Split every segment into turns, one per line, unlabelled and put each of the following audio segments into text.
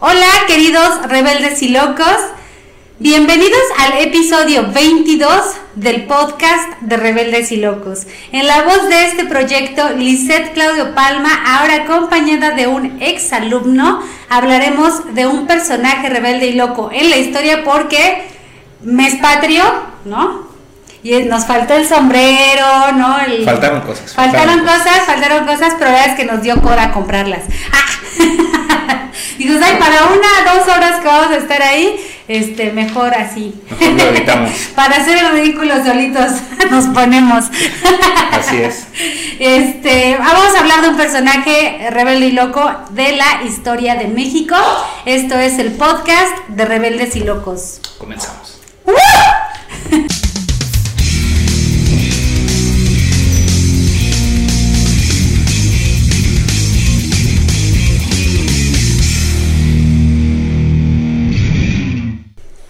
Hola, queridos rebeldes y locos. Bienvenidos al episodio 22 del podcast de Rebeldes y Locos. En la voz de este proyecto, Lisette Claudio Palma, ahora acompañada de un ex alumno, hablaremos de un personaje rebelde y loco en la historia porque mes patrio, ¿no? Y nos faltó el sombrero, ¿no? El-
Faltaron cosas.
Faltaron cosas, faltaron cosas, pero la verdad es que nos dio coda comprarlas. ¡Ah! Digo, ay, para una, dos horas que vamos a estar ahí, este, mejor así.
Mejor lo evitamos.
para hacer el ridículo solitos nos ponemos.
Así es.
Este, vamos a hablar de un personaje rebelde y loco de la historia de México. Esto es el podcast de Rebeldes y Locos.
Comenzamos.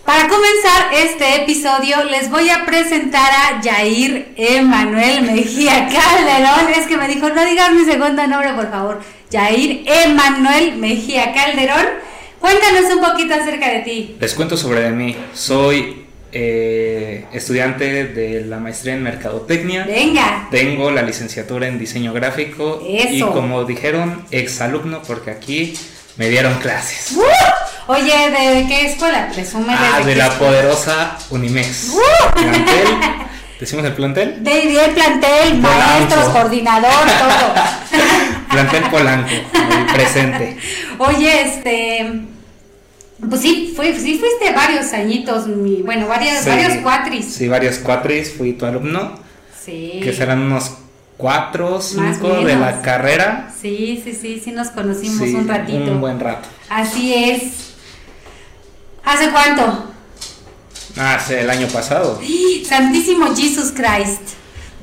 Para comenzar este episodio les voy a presentar a Jair Emanuel Mejía Calderón. Es que me dijo, no digas mi segundo nombre, por favor. Jair Emanuel Mejía Calderón. Cuéntanos un poquito acerca de ti.
Les cuento sobre mí. Soy eh, estudiante de la maestría en mercadotecnia.
Venga.
Tengo la licenciatura en diseño gráfico. Y
Eso.
como dijeron, exalumno, porque aquí me dieron clases.
¡Uh! Oye, ¿de qué escuela? Presume
Ah,
desde
de
qué
la
escuela.
poderosa Unimex. Plantel. ¿Decimos el plantel?
De, de plantel,
Polanco.
maestros, coordinador, todo.
Plantel Polanco, el presente.
Oye, este. Pues sí, fui, sí fuiste varios añitos, mi, bueno, varios,
Sí.
varios cuatris.
Sí, varios cuatris. Fui tu alumno.
Sí.
que serán unos cuatro o cinco de
menos.
la carrera.
Sí, sí, sí, sí nos conocimos
Sí,
un ratito.
un buen rato.
Así es. ¿Hace cuánto?
Ah, sí, el año pasado.
Santísimo Jesus Christ.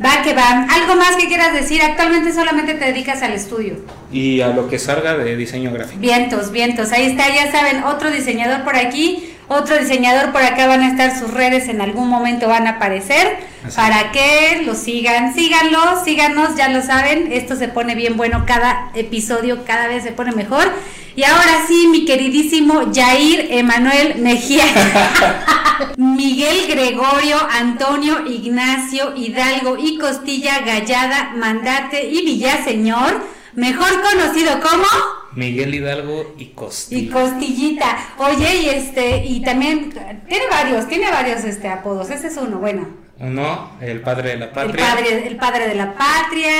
Va que va. ¿Algo más que quieras decir? Actualmente solamente te dedicas al estudio.
Y a lo que salga de diseño gráfico.
Vientos, vientos. Ahí está, ya saben, otro diseñador por aquí, otro diseñador por acá. Van a estar sus redes, en algún momento van a aparecer.
Así
Para que lo sigan, síganlo, síganos, ya lo saben. Esto se pone bien bueno cada episodio, cada vez se pone mejor. Y ahora sí, mi queridísimo Jair Emanuel Mejía. Miguel Gregorio, Antonio, Ignacio, Hidalgo y Costilla Gallada, Mandate y Villaseñor, mejor conocido como...
Miguel Hidalgo y Costi.
Y costillita. Oye, y este, y también tiene varios, tiene varios este apodos. Ese es uno, bueno.
Uno, el padre de la
El
patria.
padre, el padre de la patria,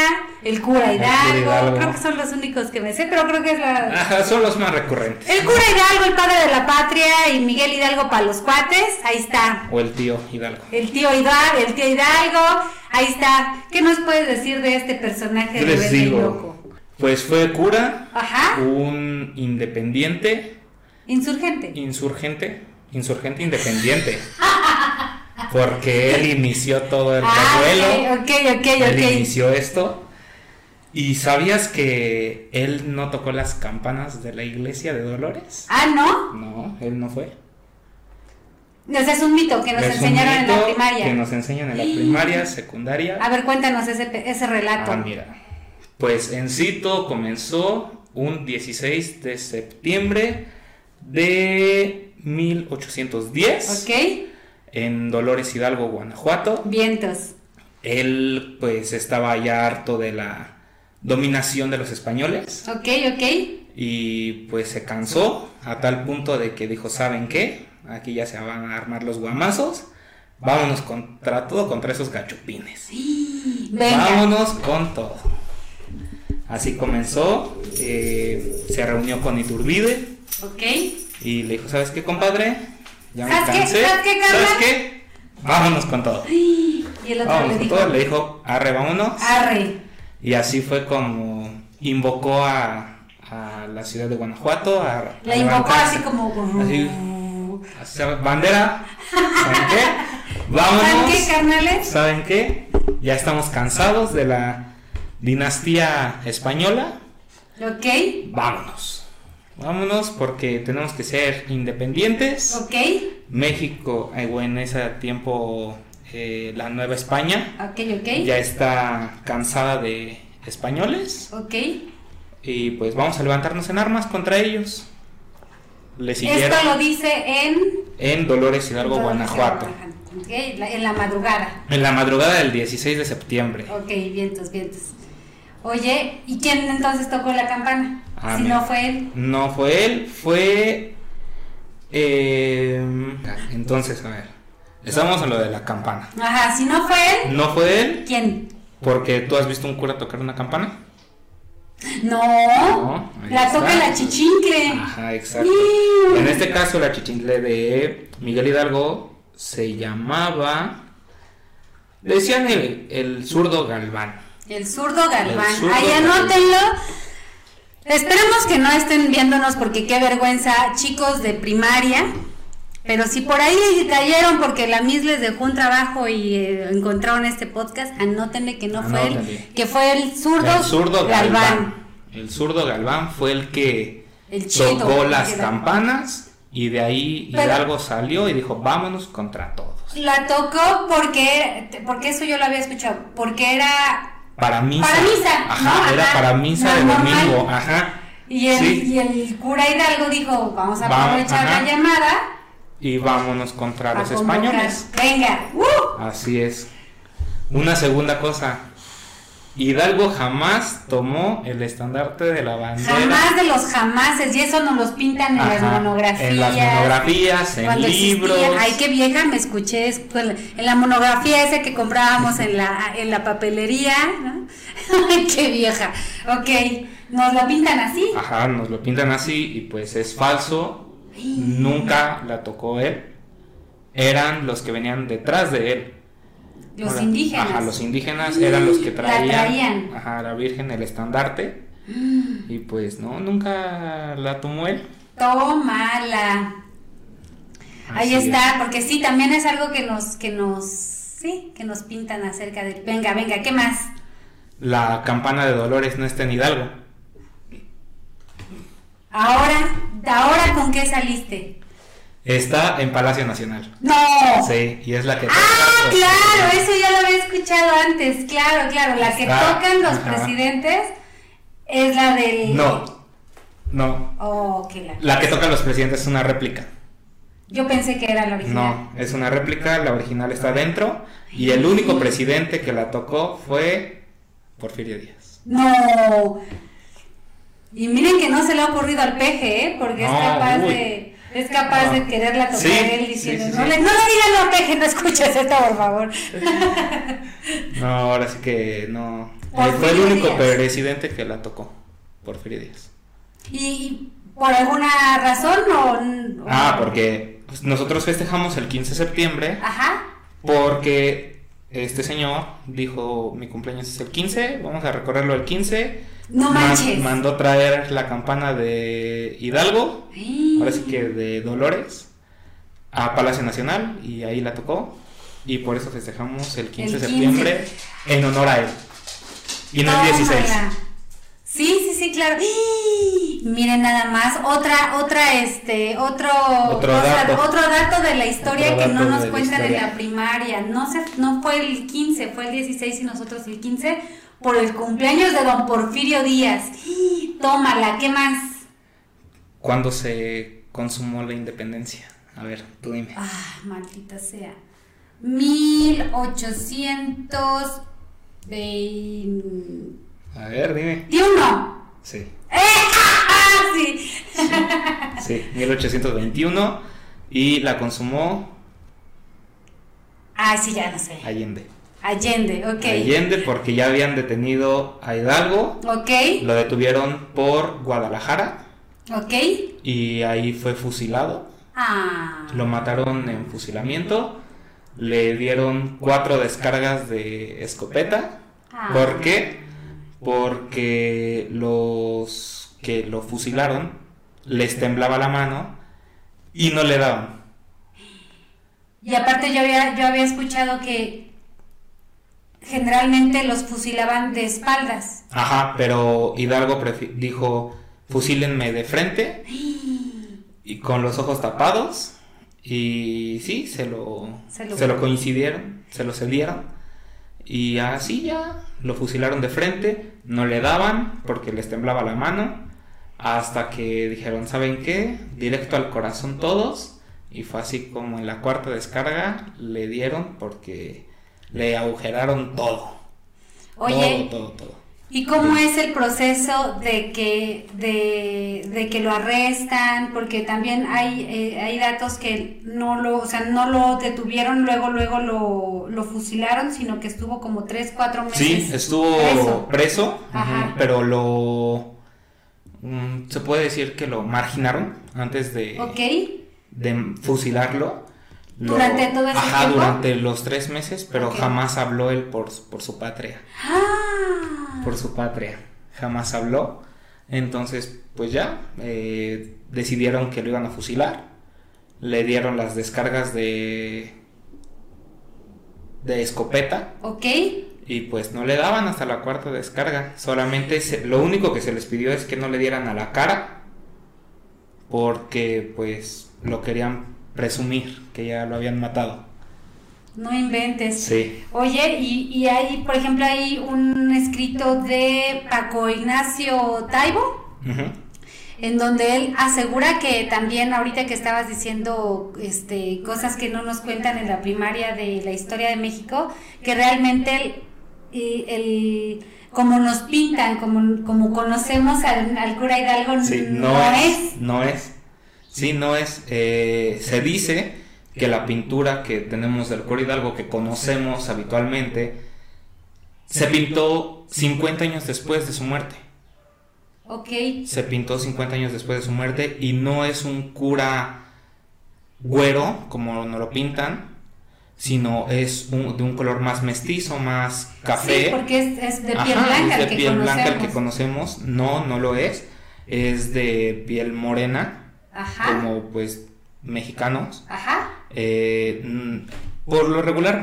el cura
El cura
Hidalgo.
Hidalgo. Ah.
Creo que son los únicos que me sé, pero creo que es la.
Ajá, son los más recurrentes.
El cura Hidalgo, el padre de la patria, y Miguel Hidalgo para los cuates, ahí está.
O el tío Hidalgo.
El tío Hidalgo, el tío Hidalgo, ahí está. ¿Qué nos puedes decir de este personaje
Yo les
rebelde y
digo,
loco?
pues fue cura,
Ajá.
un independiente,
Insurgente.
insurgente, insurgente independiente. Porque él inició todo el
Ah,
revuelo.
ok, ok, ok,
Él
ok.
inició esto. ¿Y sabías que él no tocó las campanas de la iglesia de Dolores?
Ah, ¿no?
No, él no fue.
Ese es un mito que nos
Es un
enseñaron en la
mito
primaria. Ah,
Que nos enseñan en la
Sí.
primaria, secundaria.
A ver, cuéntanos ese, pe- ese relato.
Ah, mira. Pues Encito comenzó un 16 de septiembre de 1810
ok,
en Dolores Hidalgo, Guanajuato.
vientos.
Él pues estaba ya harto de la dominación de los españoles.
Ok, ok.
Y pues se cansó a tal punto de que dijo, ¿saben qué? Aquí ya se van a armar los guamazos. Vámonos contra todo, contra esos gachupines.
Venga.
Vámonos con todo. Así comenzó. eh, se reunió con Iturbide
Ok.
y le dijo, ¿sabes qué, compadre? Ya me
¿Sabes qué?
cansé.
¿Sabes qué, carnal?
¿Sabes qué? Vámonos con todo.
Y el otro
Vámonos
le
con
dijo.
todo. Le dijo, arre, vámonos.
Arre.
Y así fue como invocó a, a la ciudad de Guanajuato. A, a
La invocó
levantarse.
así como.
Así. O sea, bandera. ¿Saben qué? Vámonos.
¿Saben qué, carnales?
¿Saben qué? Ya estamos cansados de la dinastía española.
Ok,
Vámonos. Vámonos porque tenemos que ser independientes.
ok,
México, eh, o en ese tiempo eh, la Nueva España,
ok,
ya está cansada de españoles.
ok. Ok.
Y pues vamos a levantarnos en armas contra ellos. le siguieron
Esto lo dice en...
en Dolores Hidalgo, Guanajuato.
Ok, la- En la madrugada.
En la madrugada del 16 de septiembre.
Ok, vientos, vientos. Oye, ¿y quién entonces tocó la campana?
Ah,
si
mira.
no fue él.
No fue él, fue... eh, entonces, a ver. Estamos en lo de la campana.
Ajá, si no fue él,
No fue él
¿quién?
porque tú has visto un cura tocar una campana.
No.
No, ahí
la
está.
toca la chichincle.
Ajá, exacto.
Mm.
En este caso, la chichincle de Miguel Hidalgo se llamaba. Le decían el, el zurdo Galván.
El zurdo Galván.
El zurdo
Ahí
Galván.
anótenlo. Esperemos que no estén viéndonos porque qué vergüenza, chicos de primaria. Pero si por ahí le cayeron porque la MIS les dejó un trabajo y eh, encontraron este podcast, anótenle que no fue él,
Anótenle.
que fue el zurdo,
El zurdo
Galván.
Galván. El zurdo Galván fue el que
El chido.
tocó las
Era-
campanas y de ahí
Pero-
Hidalgo salió y dijo: Vámonos contra todos.
La tocó porque, porque eso yo lo había escuchado, porque era
Para misa.
Para misa,
Ajá,
¿no?
era
Ajá.
para misa de
No, normal.
domingo. Ajá.
y el,
Sí.
y el cura Hidalgo dijo, vamos a
Vamos,
aprovechar
ajá.
la llamada
Y vámonos contra los
convocar.
españoles.
Venga, ¡uh!
Así es. Una segunda cosa. Hidalgo jamás tomó el estandarte de la bandera.
Jamás de los jamases, y eso nos los pintan en las
Ajá,
monografías.
En las monografías, en
cuando
libros.
existían. Ay, qué vieja me escuché. es- En la monografía esa que comprábamos en la, en la papelería, ¿no? Ay, qué vieja. Ok, nos lo pintan así.
Ajá, nos lo pintan así y pues es falso. Nunca la tocó él. Eran los que venían detrás de él.
Los
Ahora,
indígenas.
Ajá, los indígenas eran los que
La
traían,
traían.
Ajá, la Virgen, el estandarte. Y pues no, nunca la tomó él.
Tómala. Ahí
Así
está, porque sí, también es algo que nos, que nos, sí, que nos pintan acerca de. Venga, venga, ¿qué más?
La campana de Dolores no está en Hidalgo.
Ahora, ahora con qué saliste.
Está en Palacio Nacional.
No.
Sí, y es la que.
Ah, claro, eso ya lo había escuchado antes. Claro, claro, la que
Está,
tocan los
ajá.
presidentes es la del.
No, no.
Oh, que la.
La que tocan los presidentes es una réplica.
Yo pensé que era la original.
No, es una réplica, la original está adentro. Y el único presidente que la tocó fue Porfirio Díaz.
No. Y miren que no se le ha ocurrido al peje, ¿eh? Porque es
No,
capaz
uy.
de. Es capaz
No.
de quererla tocar
Sí,
él
sí,
diciendo.
sí, sí.
No, le, no le digan no, peje, no escuches esto, por favor.
No, ahora sí que no. Eh,
Porfirio
fue el único
Díaz.
presidente que la tocó. Porfirio Díaz.
y por alguna razón no.
Ah, porque pues, nosotros festejamos el 15 de septiembre.
Ajá.
Porque este señor dijo, mi cumpleaños es el 15, vamos a recorrerlo el 15.
No
Ma-
manches.
mandó traer la campana de Hidalgo,
Ay.
ahora sí que de Dolores, a Palacio Nacional y ahí la tocó. Y por eso festejamos el 15
El
de septiembre en honor a él. Y no el 16.
Tómala. Sí, sí, sí, claro. ¡Ih! Miren nada más, otra, otra, este, otro,
Otro
otra-
dato.
otro dato de la historia
Otro
que no
dato
nos
de la
cuentan en
historia.
la primaria. No se, no fue el 15, fue el 16 y nosotros el 15 por el cumpleaños de don Porfirio Díaz. ¡Ih! Tómala, ¿qué más?
¿Cuándo se consumó la independencia? A ver, tú dime.
Ah, maldita sea. 1800
A ver, dime. Sí.
¡Ah, sí!
Sí, 1821 y la consumó
Ay, Ah, sí, ya no sé.
Allende.
Allende, ok.
Allende porque ya habían detenido a Hidalgo,
Ok,
lo detuvieron por Guadalajara
ok.
y ahí fue fusilado.
Ah.
Lo mataron en fusilamiento, le dieron cuatro descargas de escopeta.
Ah.
¿Por qué? Porque los que lo fusilaron les temblaba la mano y no le daban.
Y aparte yo había, yo había escuchado que generalmente los fusilaban de espaldas.
Ajá, pero Hidalgo prefi- dijo, fusílenme de frente y con los ojos tapados. Y sí, se lo,
Se lo-
coincidieron, se lo cedieron. Y así ya, lo fusilaron de frente, no le daban porque les temblaba la mano. Hasta que dijeron, ¿saben qué? Directo al corazón todos. Y fue así como en la cuarta descarga le dieron porque le agujeraron todo.
Oye,
Todo, todo, todo.
¿y cómo es el proceso de que, de, de que lo arrestan? Porque también hay, eh, hay datos que no lo, o sea, no lo detuvieron, luego, luego lo, lo fusilaron, sino que estuvo como tres, cuatro meses.
Sí, estuvo
preso.
preso,
Ajá.
ujú, pero lo... mm, se puede decir que lo marginaron antes de,
Ok.
de fusilarlo. Lo-
¿Durante todo ese
Ajá,
tiempo?
durante los tres meses, pero
Ok.
jamás habló él por, su- por su patria.
Ah,
Por su patria. Jamás habló. Entonces, pues ya, eh, decidieron que lo iban a fusilar. Le dieron las descargas de... de escopeta.
ok.
Y pues no le daban hasta la cuarta descarga. Solamente se- lo único que se les pidió es que no le dieran a la cara. Porque pues lo querían presumir que ya lo habían matado.
No inventes.
Sí.
Oye, y, y hay, por ejemplo, hay un escrito de Paco Ignacio Taibo,
Ujú.
en donde él asegura que también ahorita que estabas diciendo este, cosas que no nos cuentan en la primaria de la historia de México, que realmente el, y el- como nos pintan, como, como conocemos al, al cura Hidalgo,
Sí,
no, es.
No es. Sí, no es. Eh, se dice que la pintura que tenemos del Coro Hidalgo, que conocemos habitualmente, se pintó 50 años después de su muerte.
Ok,
se pintó 50 años después de su muerte y no es un cura güero, como nos lo pintan, sino es un- de un color más mestizo, más café.
sí, porque es, es de piel
Ajá,
blanca
es
el
de
que
piel blanca el
conocemos.
que conocemos. No, no lo es. Es de piel morena,
Ajá,
como pues mexicanos.
ajá,
Eh, mm, por lo regular,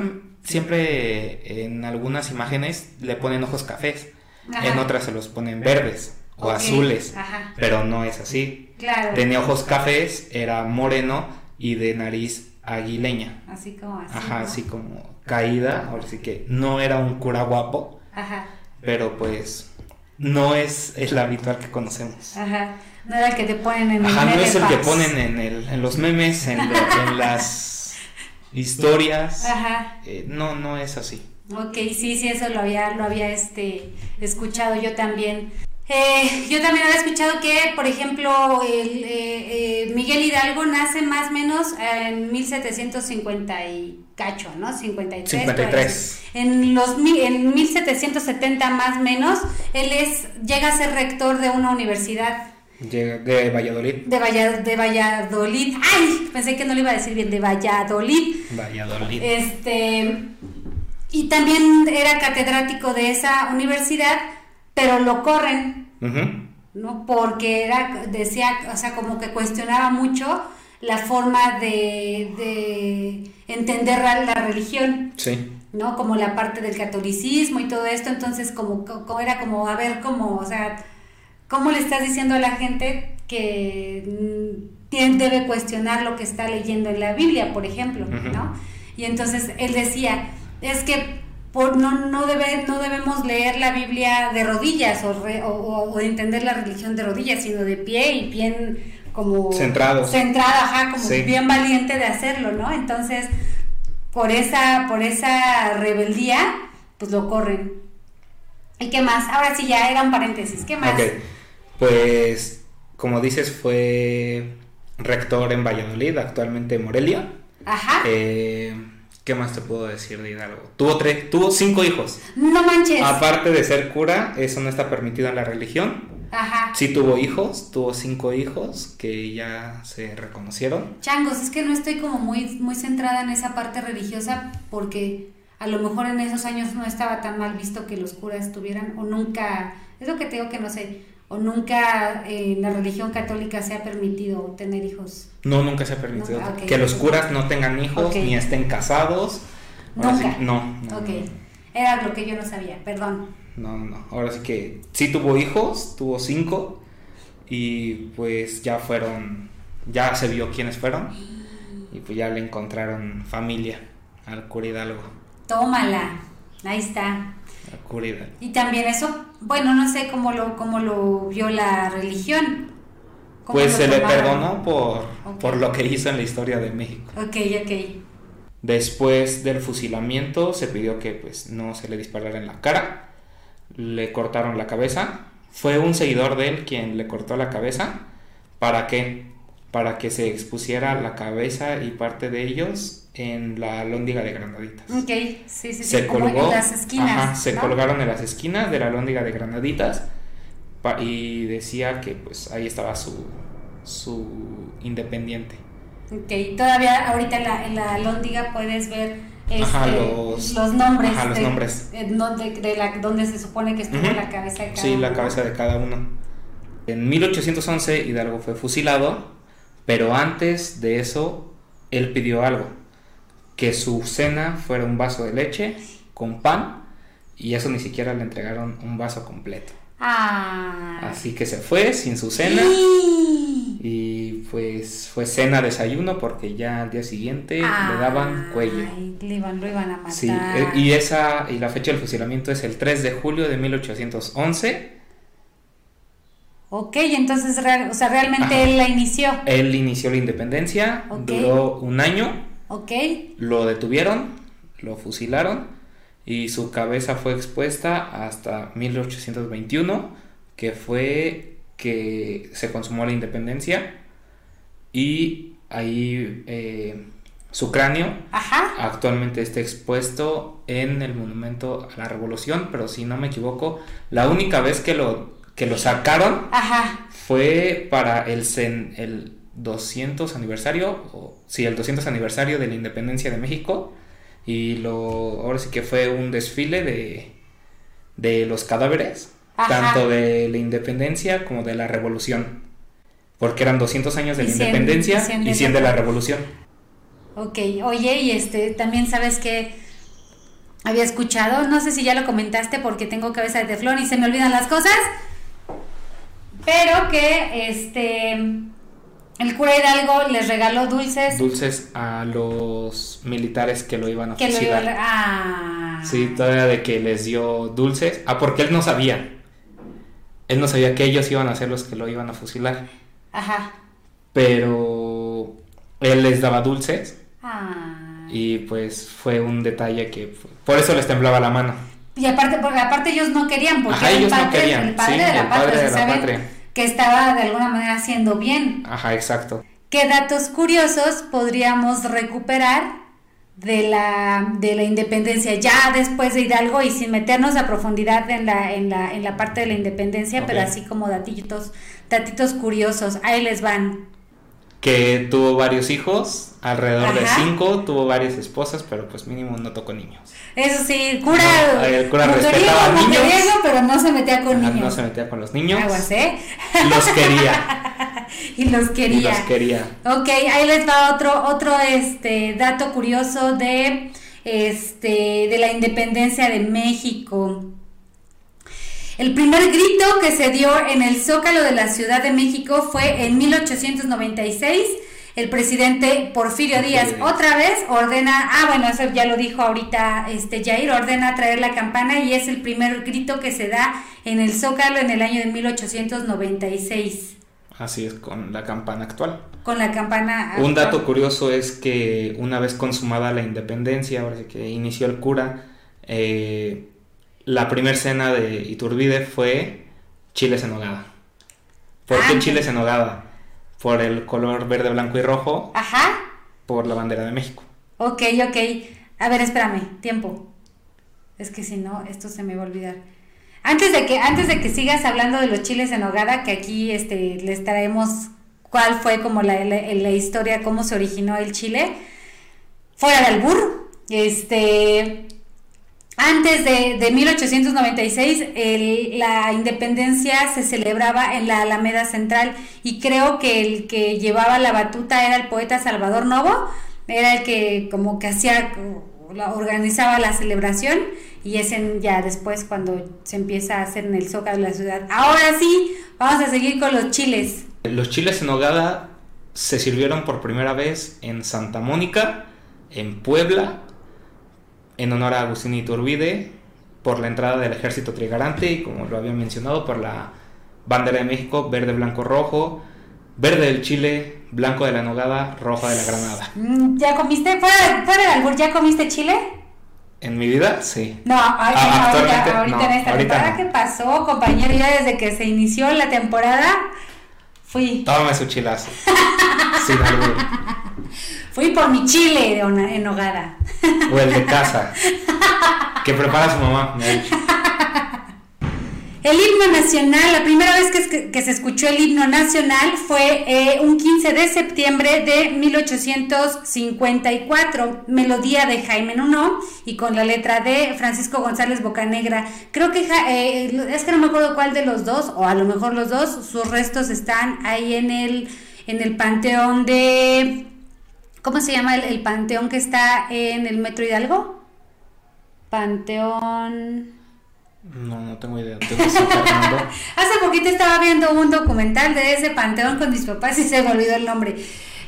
siempre en algunas imágenes le ponen ojos cafés,
ajá.
en otras se los ponen verdes o
Ok,
azules
Ajá,
pero no es así.
claro.
Tenía ojos cafés, era moreno y de nariz aguileña.
Así como así.
Ajá,
¿no?
así como caída, ahora sí que no era un cura guapo,
Ajá,
pero pues no es el habitual que conocemos.
ajá. No era el que te ponen Ah, en
Ajá, no
meme
es el que
packs.
ponen en, el- en los memes, en, lo- en las historias.
Ajá.
Eh, no, no es así.
Ok, sí, sí, eso lo había, lo había este, escuchado yo también. Eh, yo también había escuchado que, por ejemplo, el, eh, eh, Miguel Hidalgo nace más o menos en 1750 y cacho, ¿no? 53. por ahí.
53.
En, los, mi- en 1770 más o menos, él es, llega a ser rector de una universidad.
Llega de Valladolid.
De, Valla- de Valladolid. ¡Ay! Pensé que no lo iba a decir bien. De Valladolid.
Valladolid.
Este. Y también era catedrático de esa universidad, pero lo corren,
Ujú.
¿no? Porque era, decía, o sea, como que cuestionaba mucho la forma de, de entender la- la religión.
Sí.
¿no? Como la parte del catolicismo y todo esto, entonces como, como era como, a ver, como, o sea, ¿cómo le estás diciendo a la gente que mm, tien- debe cuestionar lo que está leyendo en la Biblia, por ejemplo,
Ujú.
¿no? Y entonces él decía, es que por, no, no, debe, no debemos leer la Biblia de rodillas o, re- o- o- o entender la religión de rodillas, sino de pie y bien como...
Centrado.
Centrado, ajá, como
Sí.
bien valiente de hacerlo, ¿no? Entonces por esa, por esa rebeldía, pues lo corren. ¿Y qué más? Ahora sí, ya era un paréntesis. ¿Qué más?
Ok, pues como dices fue rector en Valladolid, actualmente en Morelia.
Ajá.
Eh, ¿Qué más te puedo decir de Hidalgo? Tuvo tres, tuvo cinco hijos.
no manches.
Aparte de ser cura, eso no está permitido en la religión.
Ajá.
Sí tuvo hijos, tuvo cinco hijos que ya se reconocieron.
Changos, es que no estoy como muy, muy centrada en esa parte religiosa porque a lo mejor en esos años no estaba tan mal visto que los curas tuvieran o nunca, es lo que te digo que no sé, o nunca eh, en la religión católica se ha permitido tener hijos.
No, nunca se ha permitido
Ah, ok.
que los curas no tengan hijos
Ok.
ni estén casados. Ahora sí-
Nunca.
no, no,
ok,
no,
era lo que yo no sabía, perdón.
No, no, no. Ahora sí que sí tuvo hijos, tuvo cinco. Y pues ya fueron, ya se vio quiénes fueron. Y pues ya le encontraron familia al cura Hidalgo.
Tómala. Ahí está.
Oscuridad.
Y también eso, bueno, no sé cómo lo, cómo lo vio la religión. ¿Cómo
Pues
lo
se le
tomaron?
perdonó por,
Ok.
por lo que hizo en la historia de México.
Ok, ok.
Después del fusilamiento se pidió que pues no se le disparara en la cara. Le cortaron la cabeza. Fue un seguidor de él quien le cortó la cabeza. ¿Para qué? Para que se expusiera la cabeza y parte de ellos en la lóndiga de granaditas.
Ok, sí, sí, sí.
se
como
colgó.
en las esquinas.
ajá, se
¿no?
colgaron en las esquinas de la lóndiga de granaditas. pa- y decía que pues ahí estaba su, su independiente.
Ok, todavía ahorita en la, en la lóndiga puedes ver este,
Ajá,
los,
los-
nombres.
ajá, los
de,
nombres.
en donde, de la, donde se supone que estuvo
Ujú.
la cabeza de cada
Sí, la
uno.
cabeza de cada uno. En 1811 Hidalgo fue fusilado, pero antes de eso él pidió algo, que su cena fuera un vaso de leche con pan y eso ni siquiera le entregaron un vaso completo.
Ah.
Así que se fue sin su cena
Sí.
y pues fue cena desayuno porque ya al día siguiente le daban cuello.
Ay, le iban, lo iban a matar.
Sí, e- y esa y la fecha del fusilamiento es el 3 de julio de 1811.
Ok, entonces, real- o sea, realmente
Ajá.
él la inició.
Él inició la independencia,
Ok.
duró un año,
Ok.
lo detuvieron, lo fusilaron y su cabeza fue expuesta hasta 1821, que fue que se consumó la independencia y ahí eh, su cráneo
Ajá.
actualmente está expuesto en el monumento a la revolución, pero si no me equivoco, la única vez que lo, que lo sacaron
Ajá.
fue para el, cen- el 200 aniversario, o, sí, el 200 aniversario de la independencia de México. Y lo, ahora sí que fue un desfile de, de los cadáveres,
Ajá.
tanto de la independencia como de la revolución. Porque eran 200 años de
Y
la
100
independencia
y 100 de
y 100 de la revolución.
Ok, oye, y este, también sabes que había escuchado, no sé si ya lo comentaste porque tengo cabeza de teflón y se me olvidan las cosas, pero que este, el cura Hidalgo les regaló dulces
Dulces a los militares que lo iban a
que lo
fusilar.
iba a... Ah,
Sí, todavía de que les dio dulces. Ah, porque él no sabía. Él no sabía que ellos iban a ser los que lo iban a fusilar.
Ajá.
Pero él les daba dulces
Ah. Y,
y pues fue un detalle que... Por eso les temblaba la mano.
aparte, porque aparte ellos no querían, porque era
Ajá,
el
ellos no
padre,
querían,
el padre
sí,
de la
el
patria,
padre
o sea,
de la
saben
patria.
que estaba de alguna manera haciendo bien.
Ajá, exacto.
¿Qué datos curiosos podríamos recuperar de la, de la independencia ya después de Hidalgo y sin meternos a profundidad en la, en la, en la parte de la independencia, pero
Ok.
así como datitos, datitos curiosos? Ahí les van.
Que tuvo varios hijos, alrededor de
Ajá.
cinco, tuvo varias esposas, pero pues mínimo no tocó niños.
Eso sí, cura,
No, el cura
mujeriego,
respetaba a niños.
mujeriego, pero no se metía con
Ajá,
niños.
No se metía con los niños.
Aguas, ¿eh?
Los quería.
Y los quería.
Y los quería.
Ok, ahí les va otro, otro este dato curioso de este de la independencia de México. El primer grito que se dio en el Zócalo de la Ciudad de México fue en 1896. El presidente Porfirio Díaz
Díaz.
otra vez ordena, ah bueno, eso ya lo dijo ahorita este Jair, ordena traer la campana y es el primer grito que se da en el Zócalo en el año de 1896
Así es con la campana actual.
con la campana.
Un
actual.
dato curioso es que una vez consumada la independencia, ahora sí que inició el cura, eh, la primer cena de Iturbide fue chiles en nogada. ¿Por
Ah.
qué chiles en nogada? Por el color verde, blanco y rojo,
Ajá.
por la bandera de México.
Ok, ok. A ver, espérame, tiempo. Es que si no, esto se me va a olvidar. Antes de que, antes de que sigas hablando de los chiles en hogada, que aquí este, les traemos cuál fue como la, la- la historia, cómo se originó el chile, fuera del burro. Este, antes de, de 1896, el- la independencia se celebraba en la Alameda Central y creo que el que llevaba la batuta era el poeta Salvador Novo, era el que como que hacía, o la- organizaba la celebración y es en- ya después cuando se empieza a hacer en el Zócalo de la ciudad. Ahora sí, vamos a seguir con los chiles.
Los chiles en nogada se sirvieron por primera vez en Santa Mónica, en Puebla, en honor a Agustín Iturbide por la entrada del ejército trigarante y como lo había mencionado, por la bandera de México, verde, blanco, rojo, verde del chile, blanco de la nogada, roja de la granada.
Mm, ¿Ya comiste? ¿Fuera, fuera del albur, ¿ya comiste chile?
En mi vida, sí.
No, ahorita,
Ah, actualmente,
ahorita, ahorita
no,
en esta
ahorita
temporada,
no.
¿qué pasó, compañero? Ya desde que se inició la temporada, fui,
Tómame su chilazo. Sin albur.
fui por mi chile de ona- en hogada.
O el de casa. Que prepara su mamá, me ha dicho.
El himno nacional, la primera vez que, es- que se escuchó el himno nacional fue eh, un 15 de septiembre de 1854, melodía de Jaime Nuno y con la letra de Francisco González Bocanegra. Creo que Ja- eh, es que no me acuerdo cuál de los dos, o a lo mejor los dos, sus restos están ahí en el, en el panteón de... ¿Cómo se llama el, el panteón que está en el Metro Hidalgo? Panteón...
No, no tengo idea. Tengo que sacar Fernando.
Hace poquito estaba viendo un documental de ese panteón con mis papás y se me olvidó el nombre.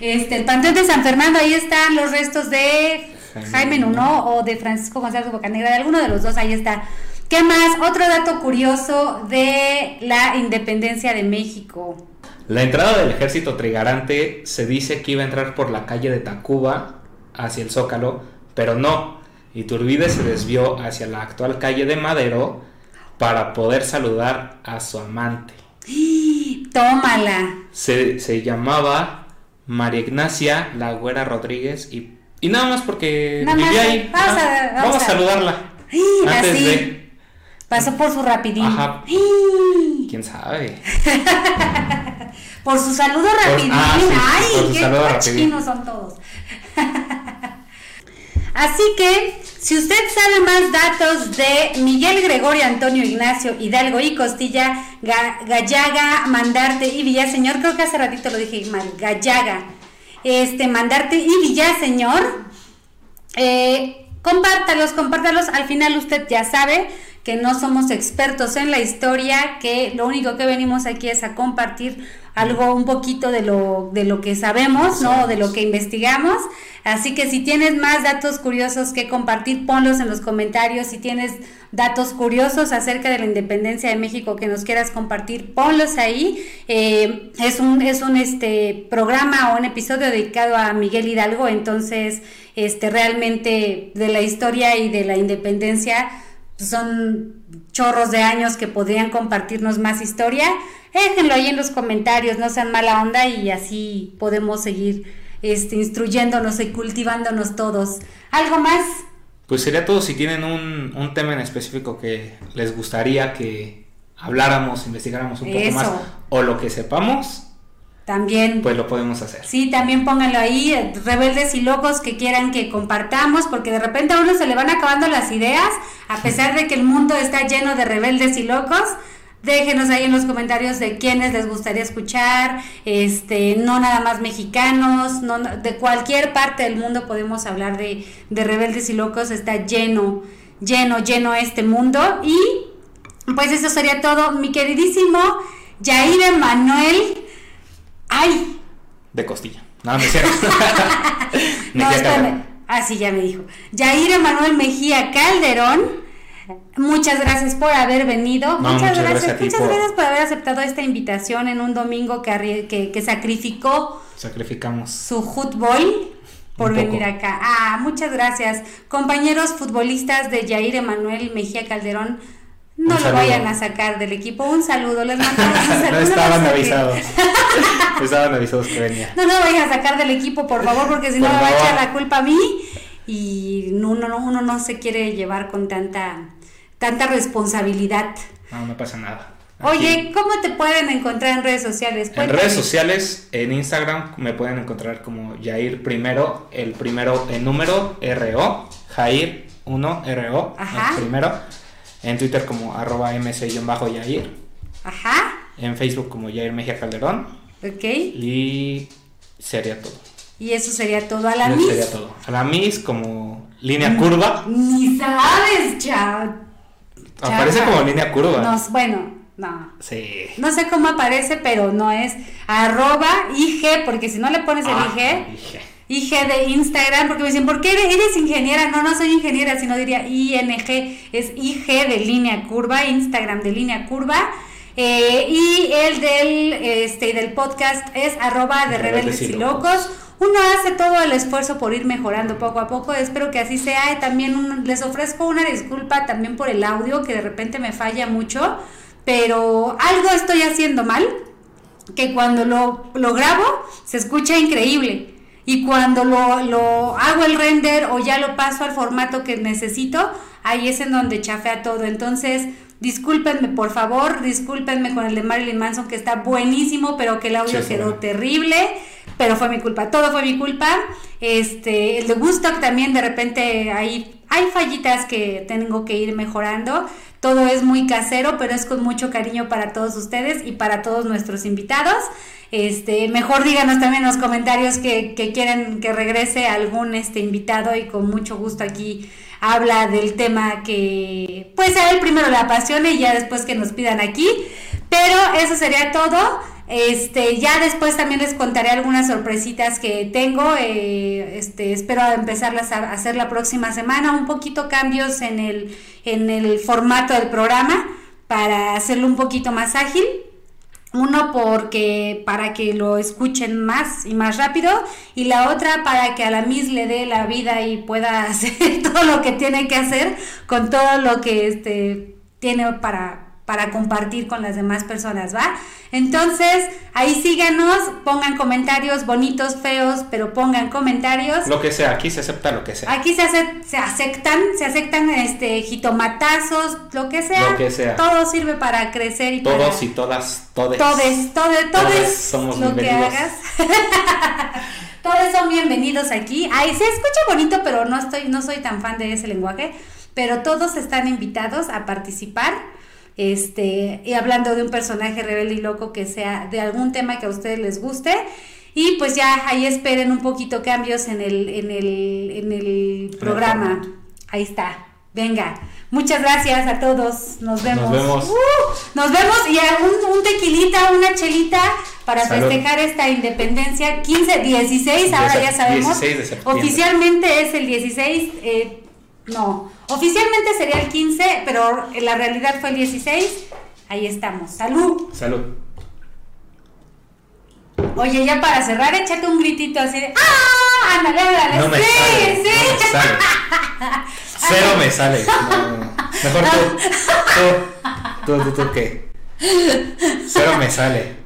Este, el panteón de San Fernando, ahí están los restos de
Jaime
Jaime Nuno o de Francisco González Bocanegra, de alguno de los dos, ahí está. ¿Qué más? Otro dato curioso de la independencia de México.
La entrada del ejército trigarante se dice que iba a entrar por la calle de Tacuba hacia el Zócalo, pero no. Iturbide se desvió hacia la actual calle de Madero para poder saludar a su amante.
Tómala.
Se, se llamaba María Ignacia La Güera Rodríguez y, y nada más porque
Nada más,
vivía ahí.
vamos
Ajá,
a- vamos
vamos a
a-
saludarla.
¡Ay!
Antes
Así.
de...
Pasó por su rapidín.
Ajá.
¡Ay!
¿Quién sabe?
Por su saludo
ah,
rapidín.
sí, sí, por
Ay,
su
qué
saludo rapidín.
cochinos son todos. Así que, si usted sabe más datos de Miguel Gregorio Antonio Ignacio Hidalgo y Costilla, Ga- Gallaga, Mandarte y Villaseñor, creo que hace ratito lo dije mal, Gallaga, este, Mandarte y Villaseñor, eh, compártalos, compártalos. Al final usted ya sabe que no somos expertos en la historia, que lo único que venimos aquí es a compartir algo un poquito de lo, de lo que sabemos, ¿no? O De lo que investigamos. Así que si tienes más datos curiosos que compartir, ponlos en los comentarios. Si tienes datos curiosos acerca de la independencia de México que nos quieras compartir, ponlos ahí. Eh, es un, es un este, programa o un episodio dedicado a Miguel Hidalgo, entonces este, realmente de la historia y de la independencia son chorros de años que podrían compartirnos más historia. Déjenlo ahí en los comentarios, no sean mala onda y así podemos seguir este, instruyéndonos y cultivándonos todos. ¿Algo más?
Pues sería todo si tienen un, un tema en específico que les gustaría que habláramos, investigáramos un poco
Eso.
más o lo que sepamos,
También.
pues lo podemos hacer.
Sí, también pónganlo ahí, eh, rebeldes y locos que quieran que compartamos, porque de repente a uno se le van acabando las ideas, a pesar de que el mundo está lleno de rebeldes y locos. Déjenos ahí en los comentarios de quiénes les gustaría escuchar, este, no nada más mexicanos, no, no- de cualquier parte del mundo podemos hablar de, de rebeldes y locos, está lleno, lleno, lleno este mundo. Y pues eso sería todo, mi queridísimo Jair Manuel. ¡Ay!
De costilla. No, no es cierto.
No,
Mejía
espérame.
Calderón.
Ah, sí, ya me dijo. Yair Emanuel Mejía Calderón, muchas gracias por haber venido.
No, muchas gracias a ti
muchas
por-
gracias por haber aceptado esta invitación en un domingo que, arrie- que, que sacrificó
Sacrificamos.
su fútbol por
Un poco.
venir acá. Ah, muchas gracias. Compañeros futbolistas de Yair Emanuel Mejía Calderón, no
Un
lo
saludo.
vayan a sacar del equipo. Un saludo, les mandamos un saludo.
no estaban
los saqué.
avisados. No estaban avisados que venía.
No lo vayas a sacar del equipo, por favor, porque si no
Por
me va a
favor.
echar la culpa a mí. Y uno, no- uno no se quiere llevar con tanta, tanta responsabilidad.
No, no pasa nada. Aquí.
Oye, ¿cómo te pueden encontrar en redes sociales?
En
Cuéntame.
redes sociales, en Instagram, me pueden encontrar como Jair primero, el primero en número, RO, Jair 1, RO,
Ajá.
el primero. En Twitter como arroba mc-jair.
Ajá,
En Facebook como Jair Mejía Calderón.
ok.
Y sería todo.
Y eso sería todo a la Mm.
Eso
mis.
Sería todo. A la Miss como línea curva.
Ni sabes, chao. Chava.
Aparece como línea curva.
Nos, bueno, no.
Sí.
No sé cómo aparece, pero no es arroba IG, porque si no le pones el
Ah,
IG,
dije.
IG de Instagram, porque me dicen, ¿por qué eres, eres ingeniera? No, no soy ingeniera, sino diría ING, es IG de línea curva, Instagram de línea curva. Eh, y el del, este, del podcast es arroba de rebeldes, y locos. Uno hace todo el esfuerzo por ir mejorando poco a poco, espero que así sea. Y también un, les ofrezco una disculpa también por el audio, que de repente me falla mucho, pero algo estoy haciendo mal, que cuando lo, lo grabo se escucha increíble. Y cuando lo, lo, hago el render o ya lo paso al formato que necesito, ahí es en donde chafea todo. Entonces, discúlpenme por favor, discúlpenme con el de Marilyn Manson que está buenísimo, pero que el audio sí, quedó sí. terrible, pero fue mi culpa, todo fue mi culpa. Este, el de Gustock también de repente ahí hay fallitas que tengo que ir mejorando. Todo es muy casero, pero es con mucho cariño para todos ustedes y para todos nuestros invitados. Este, mejor díganos también en los comentarios que, que quieren que regrese algún este invitado y con mucho gusto aquí habla del tema que pues a él primero le apasiona y ya después que nos pidan aquí. Pero eso sería todo. Este, ya después también les contaré algunas sorpresitas que tengo. Eh, este, espero empezarlas a hacer la próxima semana. Un poquito cambios en el, en el formato del programa para hacerlo un poquito más ágil. Uno porque para que lo escuchen más y más rápido y la otra para que a la Miss le dé la vida y pueda hacer todo lo que tiene que hacer con todo lo que este, tiene para, para compartir con las demás personas, ¿va? Entonces, ahí síganos, pongan comentarios bonitos, feos, pero pongan comentarios.
Lo que sea, aquí se acepta lo que sea.
Aquí se, hace, se aceptan, se aceptan este jitomatazos, lo que sea.
Lo que sea.
Todo sirve para crecer y
Todos
para,
y todas, todes.
Todes, todes, todes.
somos
lo que
bienvenidos.
hagas. todos son bienvenidos aquí. Ay, se escucha bonito, pero no estoy no soy tan fan de ese lenguaje, pero todos están invitados a participar este, y hablando de un personaje rebelde y loco que sea de algún tema que a ustedes les guste. Y pues ya ahí esperen un poquito cambios en el, en el, en el programa. Ahí está. Venga, muchas gracias a todos. Nos vemos.
Nos vemos.
Uh, nos vemos y a un, un, tequilita, una chelita para
Salud.
festejar esta independencia. 15, 16, ahora
Diez-
ya sabemos.
16 de septiembre.
Oficialmente es el 16. eh, no, oficialmente sería el 15, pero en la realidad fue el 16. Ahí estamos. Salud.
Salud.
Oye, ya para cerrar, échate un gritito así de ¡Ah! Ándale, ándale.
No me
sí,
sale.
sí.
no me sale. Cero me sale. No, no, no. Mejor tú. Tú, tú, tú, tú, ¿qué? Cero me sale.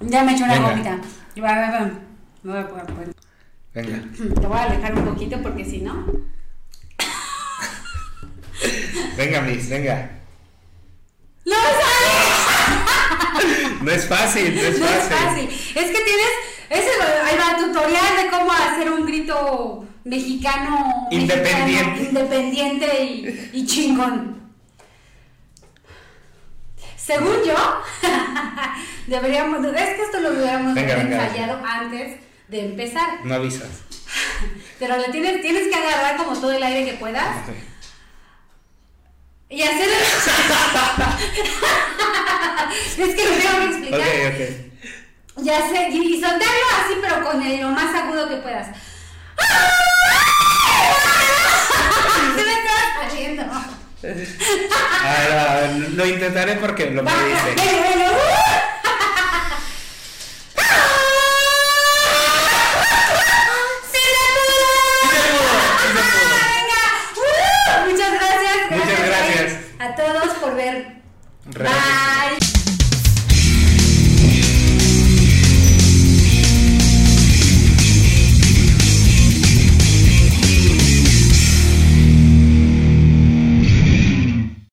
Ya me eché una
Venga.
gomita. Yo, a ver, a ver, me voy a poner- pues,
Venga.
Te voy a alejar un poquito porque si no.
Venga, Miss, venga.
¡No sabes!
No es fácil, no es
No es fácil.
fácil.
Es que tienes. Ese, ahí va tutorial de cómo hacer un grito mexicano.
Independiente.
mexicano, independiente y, y chingón. Según yo, deberíamos. Es que esto lo hubiéramos
Venga, venga.
ensayado antes de empezar.
No avisas.
Pero le tienes, tienes que agarrar como todo el aire que puedas. Y hacer es que lo tengo que
Ok,
explicar.
ok.
Ya sé, y, y soltarlo así, pero con el, lo más agudo que puedas. Se me estaba saliendo.
Ahora, lo Ah, intentaré porque lo me
Baja,
dice.
velo, velo. ¡Sí se pudo! Venga. ¡Uh! Muchas gracias.
Muchas gracias.
A todos por ver.
Rebeldes